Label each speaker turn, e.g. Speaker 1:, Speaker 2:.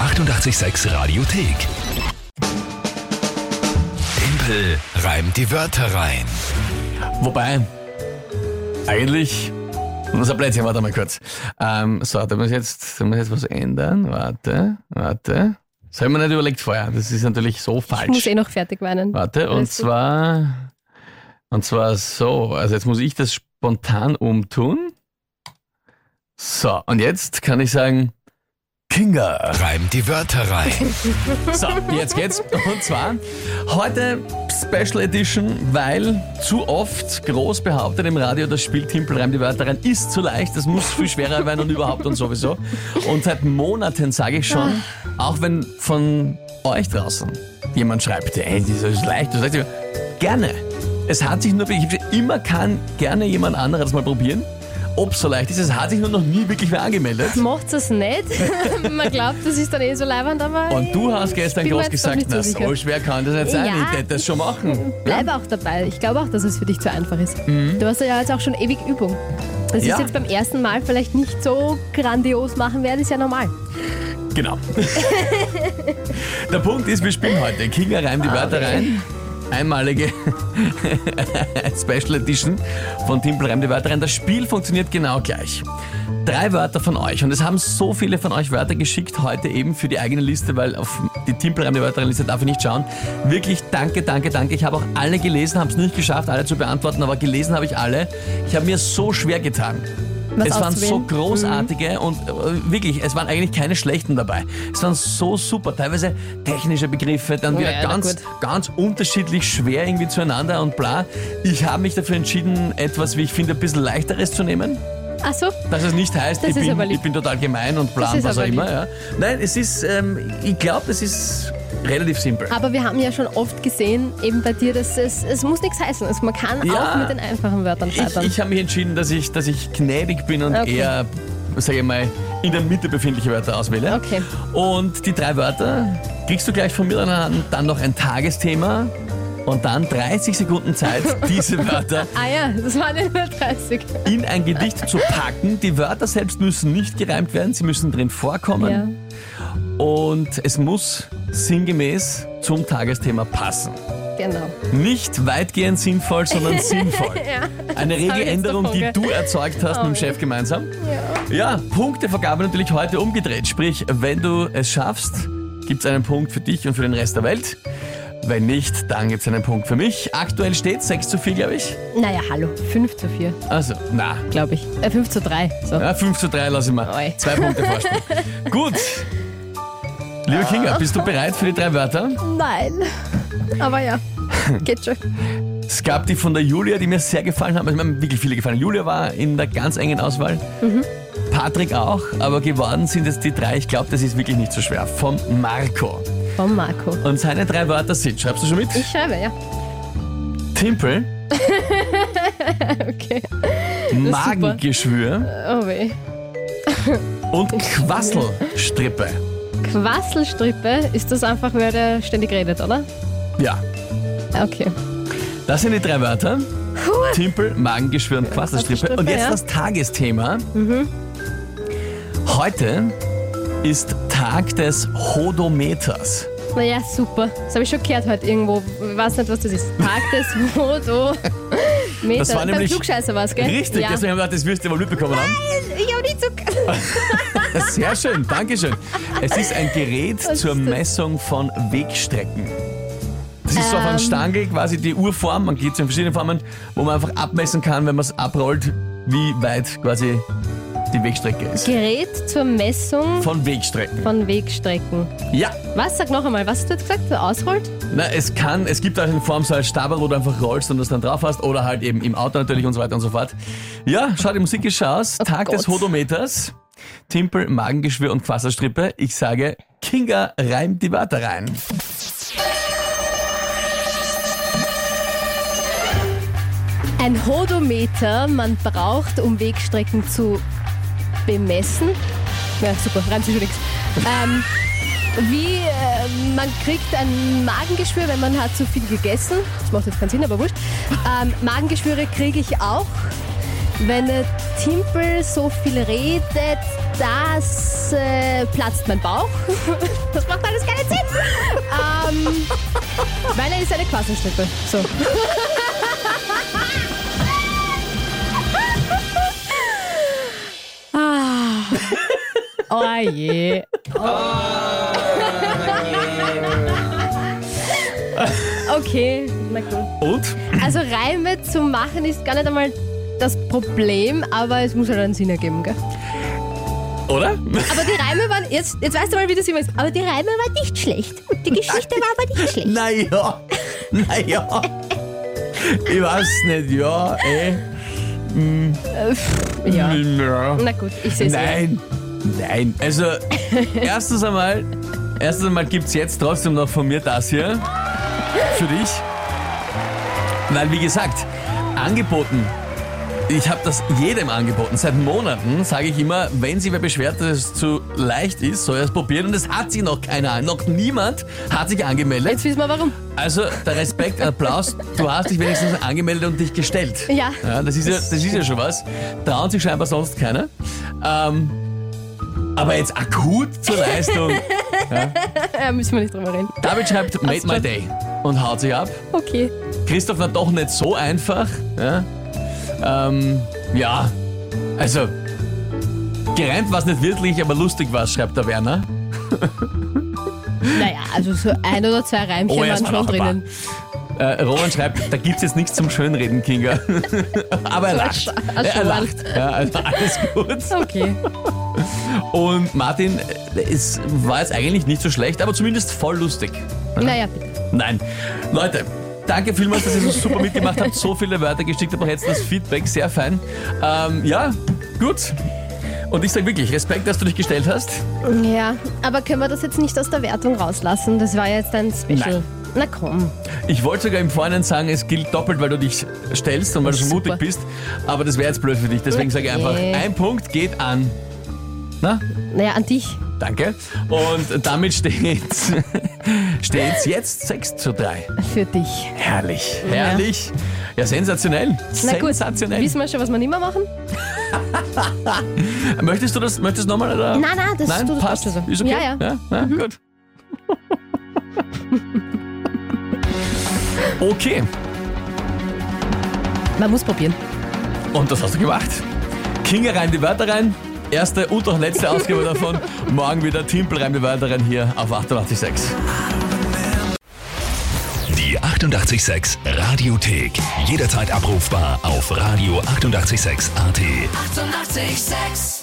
Speaker 1: 886 Radiothek. Tempel reimt die Wörter rein.
Speaker 2: Wobei, eigentlich. Unser Plätzchen, warte mal kurz. Ähm, so, da muss jetzt, da muss jetzt was ändern. Warte, warte. Das habe ich mir nicht überlegt vorher. Das ist natürlich so
Speaker 3: Ich muss
Speaker 2: falsch.
Speaker 3: eh noch fertig weinen.
Speaker 2: Warte, und
Speaker 3: Alles gut.
Speaker 2: zwar, und zwar so. Also jetzt muss ich das spontan umtun. So, und jetzt kann ich sagen, Kinga.
Speaker 1: Reimt die Wörter rein.
Speaker 2: So, jetzt geht's. Und zwar heute Special Edition, weil zu oft groß behauptet im Radio, das Spiel Timpel reimt die Wörter rein ist zu leicht, das muss viel schwerer werden und überhaupt und sowieso. Und seit Monaten sage ich schon, auch wenn von euch draußen jemand schreibt, ey, das ist leicht, du sagst immer, gerne. Es hat sich nur, ich hab gesagt, immer kann gerne jemand anderes mal probieren, ob so leicht ist. Es hat sich nur noch nie wirklich wer angemeldet.
Speaker 3: Macht es nicht. Man glaubt, das ist dann eh so leibend, aber
Speaker 2: Und du hast gestern
Speaker 3: bin mir
Speaker 2: groß
Speaker 3: jetzt doch
Speaker 2: gesagt,
Speaker 3: nicht so
Speaker 2: na
Speaker 3: sicher.
Speaker 2: so schwer kann das nicht sein,
Speaker 3: Ja.
Speaker 2: ich hätte das schon machen.
Speaker 3: bleib auch dabei. Ich glaube auch, dass es für dich zu einfach ist. Du hast ja jetzt auch schon ewig Übung. Das
Speaker 2: Mhm. Ja.
Speaker 3: ist jetzt beim ersten Mal vielleicht nicht so grandios machen werden, ist ja normal.
Speaker 2: Genau. Der Punkt ist, wir spielen heute Kinga rein die Wörter rein. Einmalige Special Edition von Timpel Reim die Wörter rein. Das Spiel funktioniert genau gleich. Drei Wörter von euch und es haben so viele von euch Wörter geschickt heute eben für die eigene Liste, weil auf die Timpel Reim die Wörter rein Liste darf ich nicht schauen. Wirklich danke, danke, danke. Ich habe auch alle gelesen, habe es nicht geschafft, alle zu beantworten, aber gelesen habe ich alle. Ich habe mir so schwer getan.
Speaker 3: Was
Speaker 2: es waren so
Speaker 3: auszuwählen.
Speaker 2: großartige
Speaker 3: Mhm.
Speaker 2: und äh, wirklich, es waren eigentlich keine schlechten dabei. Es waren so super, teilweise technische Begriffe, dann
Speaker 3: Oh
Speaker 2: wieder
Speaker 3: ja, na
Speaker 2: ganz, ganz unterschiedlich schwer irgendwie zueinander und bla. Ich habe mich dafür entschieden, etwas, wie ich finde, ein bisschen leichteres zu nehmen.
Speaker 3: Mhm. Ach so,
Speaker 2: Dass es nicht heißt,
Speaker 3: Das
Speaker 2: ich
Speaker 3: ist
Speaker 2: bin,
Speaker 3: aber lieb.
Speaker 2: ich bin total gemein und bla
Speaker 3: Das
Speaker 2: und
Speaker 3: ist
Speaker 2: was auch
Speaker 3: aber
Speaker 2: immer.
Speaker 3: lieb.
Speaker 2: Ja. Nein, es ist, ähm, ich glaube, es ist relativ simpel.
Speaker 3: aber wir haben ja schon oft gesehen, eben bei dir, dass es, es muss nichts heißen. Also man kann
Speaker 2: Ja.
Speaker 3: auch mit den einfachen Wörtern
Speaker 2: Ich,
Speaker 3: scheitern.
Speaker 2: ich habe mich entschieden, dass ich, dass ich gnädig bin und
Speaker 3: Also- Okay.
Speaker 2: eher, sage ich mal, in der Mitte befindliche Wörter auswähle.
Speaker 3: Okay.
Speaker 2: Und die drei Wörter kriegst du gleich von mir dann, dann noch ein Tagesthema und dann 30 Sekunden Zeit, diese Wörter
Speaker 3: ah ja, das waren ja nur 30.
Speaker 2: in ein Gedicht zu packen. Die Wörter selbst müssen nicht gereimt werden, sie müssen drin vorkommen.
Speaker 3: Ja.
Speaker 2: Und es muss sinngemäß zum Tagesthema passen.
Speaker 3: Genau.
Speaker 2: Nicht weitgehend sinnvoll, sondern sinnvoll. Eine
Speaker 3: jetzt Oh.
Speaker 2: Regeländerung, die
Speaker 3: der
Speaker 2: du erzeugt hast mit dem Chef gemeinsam. Ja, Punktevergabe natürlich heute umgedreht. Sprich, wenn du es schaffst, gibt es einen Punkt für dich und für den Rest der Welt. Wenn nicht, dann gibt es einen Punkt für mich. Aktuell steht 6 zu 4, glaube ich.
Speaker 3: Naja, hallo. 5 zu 4,
Speaker 2: Also, na,
Speaker 3: glaube ich. Äh, 5 zu 3. So.
Speaker 2: ja, 5 zu 3 lasse ich mal.
Speaker 3: Oi.
Speaker 2: Zwei Punkte Vorsprung. Gut. Lieber Kinga, bist du bereit für die drei Wörter?
Speaker 3: Nein. Aber ja, geht schon.
Speaker 2: Es gab die von der Julia, die mir sehr gefallen haben. Also, mir haben wirklich viele gefallen. Julia war in der ganz engen Auswahl.
Speaker 3: Mhm.
Speaker 2: Patrick auch, aber geworden sind es die drei. Ich glaube, das ist wirklich nicht so schwer. Vom Marco.
Speaker 3: Von Marco.
Speaker 2: Und seine drei Wörter sind, schreibst du schon mit?
Speaker 3: Ich schreibe, ja.
Speaker 2: Timpel,
Speaker 3: Okay.
Speaker 2: Magengeschwür
Speaker 3: Oh weh.
Speaker 2: und Quasselstrippe.
Speaker 3: Quasselstrippe, ist das einfach, wer der ständig redet, oder?
Speaker 2: Ja,
Speaker 3: Okay.
Speaker 2: das sind die drei Wörter. Timpel, Magengeschwür und Quasselstrippe.
Speaker 3: Quasselstrippe,
Speaker 2: Und jetzt
Speaker 3: ja.
Speaker 2: das Tagesthema.
Speaker 3: Mhm.
Speaker 2: Heute ist Tag des Hodometers.
Speaker 3: Naja, super. Das habe ich schon gehört heute irgendwo. Ich weiß nicht, was das ist. Tag des Modo. Meter.
Speaker 2: Das war nämlich-
Speaker 3: Beim Klugscheißer war es, gell?
Speaker 2: Richtig,
Speaker 3: ja.
Speaker 2: deswegen haben wir gedacht, das wirst du wohl mitbekommen haben.
Speaker 3: Ich habe nicht so.
Speaker 2: Sehr schön, Dankeschön. Es ist ein Gerät
Speaker 3: Was
Speaker 2: zur
Speaker 3: ist das?
Speaker 2: Messung von Wegstrecken. Das ist so auf einem
Speaker 3: Ähm.
Speaker 2: Stangel quasi die Uhrform, man geht zu verschiedenen Formen, wo man einfach abmessen kann, wenn man es abrollt, wie weit quasi die Wegstrecke ist.
Speaker 3: Gerät zur Messung
Speaker 2: Von Wegstrecken.
Speaker 3: von Wegstrecken.
Speaker 2: Ja,
Speaker 3: Was? Sag noch einmal, was hast du jetzt gesagt? Ausrollt?
Speaker 2: na, es kann, es gibt auch in Form so als Stabel, wo du einfach rollst und das dann drauf hast oder halt eben im Auto natürlich und so weiter und so fort. Ja, schau, die Musik ist aus. Tag des
Speaker 3: Oh Gott.
Speaker 2: Hodometers. Timpel, Magengeschwür und Quasselstrippe. Ich sage, Kinga reimt die Wörter rein.
Speaker 3: Ein Hodometer, man braucht, um Wegstrecken zu bemessen. Ja, super, reimt sich schon nichts. Ähm, wie äh, man kriegt ein Magengeschwür, wenn man hat zu viel gegessen. Das macht jetzt keinen Sinn, aber wurscht. Ähm, Magengeschwüre kriege ich auch. Wenn der Timpel so viel redet, das äh, platzt mein Bauch. Das macht alles keinen Sinn. ähm, weil er ist eine Quasselstrippe. So. Ah. Oh je. Okay, na gut.
Speaker 2: Und?
Speaker 3: Also Reime zu machen ist gar nicht einmal das Problem, aber es muss halt einen Sinn ergeben, gell?
Speaker 2: Oder?
Speaker 3: Aber die Reime waren, jetzt, jetzt weißt du mal, wie das immer ist, aber die Reime waren nicht schlecht. Die Geschichte war aber nicht schlecht.
Speaker 2: Naja, naja. Ich weiß nicht, ja, eh.
Speaker 3: Ja.
Speaker 2: ja.
Speaker 3: Na gut, ich eh. sehe es.
Speaker 2: Nein, nein. Also, erstens einmal, erstens einmal gibt es jetzt trotzdem noch von mir das hier. Für dich. Weil, wie gesagt, angeboten. Ich habe das jedem angeboten. Seit Monaten sage ich immer, wenn sich wer beschwert, dass es zu leicht ist, soll er es probieren. Und es hat sich noch keiner, an- noch niemand hat sich angemeldet.
Speaker 3: Jetzt wissen wir warum.
Speaker 2: Also, der Respekt, Applaus, du hast dich wenigstens angemeldet und dich gestellt.
Speaker 3: Ja.
Speaker 2: das, ist ja das ist ja schon was. Trauen sich scheinbar sonst keiner. Ähm, aber jetzt akut zur Leistung.
Speaker 3: Ja, Äh, müssen wir nicht drüber reden.
Speaker 2: David schreibt, made my day und haut sich ab.
Speaker 3: Okay.
Speaker 2: Christoph war doch nicht so einfach. Ja, ähm, ja. also, gereimt war es nicht wirklich, aber lustig war es, schreibt der Werner.
Speaker 3: Naja, also so ein oder zwei Reimchen
Speaker 2: Oh, ja, es
Speaker 3: waren
Speaker 2: waren
Speaker 3: schon
Speaker 2: auch ein paar.
Speaker 3: drinnen.
Speaker 2: Äh, Roman schreibt, da gibt's jetzt nichts zum Schönreden, Kinga. Aber er lacht.
Speaker 3: Ach,
Speaker 2: Er
Speaker 3: schon.
Speaker 2: lacht. Ja, also alles gut.
Speaker 3: Okay.
Speaker 2: Und Martin, äh, es war jetzt eigentlich nicht so schlecht, aber zumindest voll lustig.
Speaker 3: Naja, bitte.
Speaker 2: Nein. Leute, danke vielmals, dass ihr so super mitgemacht habt, so viele Wörter geschickt habt, auch jetzt das Feedback, sehr fein. Ähm, ja, gut. Und ich sage wirklich, Respekt, dass du dich gestellt hast.
Speaker 3: Ja, aber können wir das jetzt nicht aus der Wertung rauslassen? Das war jetzt ein Special.
Speaker 2: Nein.
Speaker 3: Na komm.
Speaker 2: Ich wollte sogar im Vorhinein sagen, es gilt doppelt, weil du dich stellst und weil du so
Speaker 3: Super.
Speaker 2: mutig bist. Aber das wäre jetzt blöd für dich. Deswegen sage ich
Speaker 3: Okay.
Speaker 2: einfach, ein Punkt geht an. Na,
Speaker 3: Naja, an dich.
Speaker 2: danke. Und damit steht's, steht's jetzt 6 zu 3.
Speaker 3: Für dich.
Speaker 2: Herrlich. Herrlich. Ja, sensationell.
Speaker 3: Na gut,
Speaker 2: sensationell.
Speaker 3: wissen wir schon, was wir nicht mehr machen?
Speaker 2: Möchtest du das möchtest du nochmal? Oder?
Speaker 3: Nein, nein, das-
Speaker 2: nein,
Speaker 3: du- das
Speaker 2: passt.
Speaker 3: passt schon so.
Speaker 2: Ist okay?
Speaker 3: Ja, Mhm. ja.
Speaker 2: na, Gut. okay.
Speaker 3: Man muss probieren.
Speaker 2: Und das hast du gemacht. Kinge rein, die Wörter rein. Erste und auch letzte Ausgabe davon. Morgen wieder Timpel rein, die Wörter rein hier auf 886.
Speaker 1: Die 886 Radiothek. Jederzeit abrufbar auf radio886.at. 886! 886.
Speaker 4: 886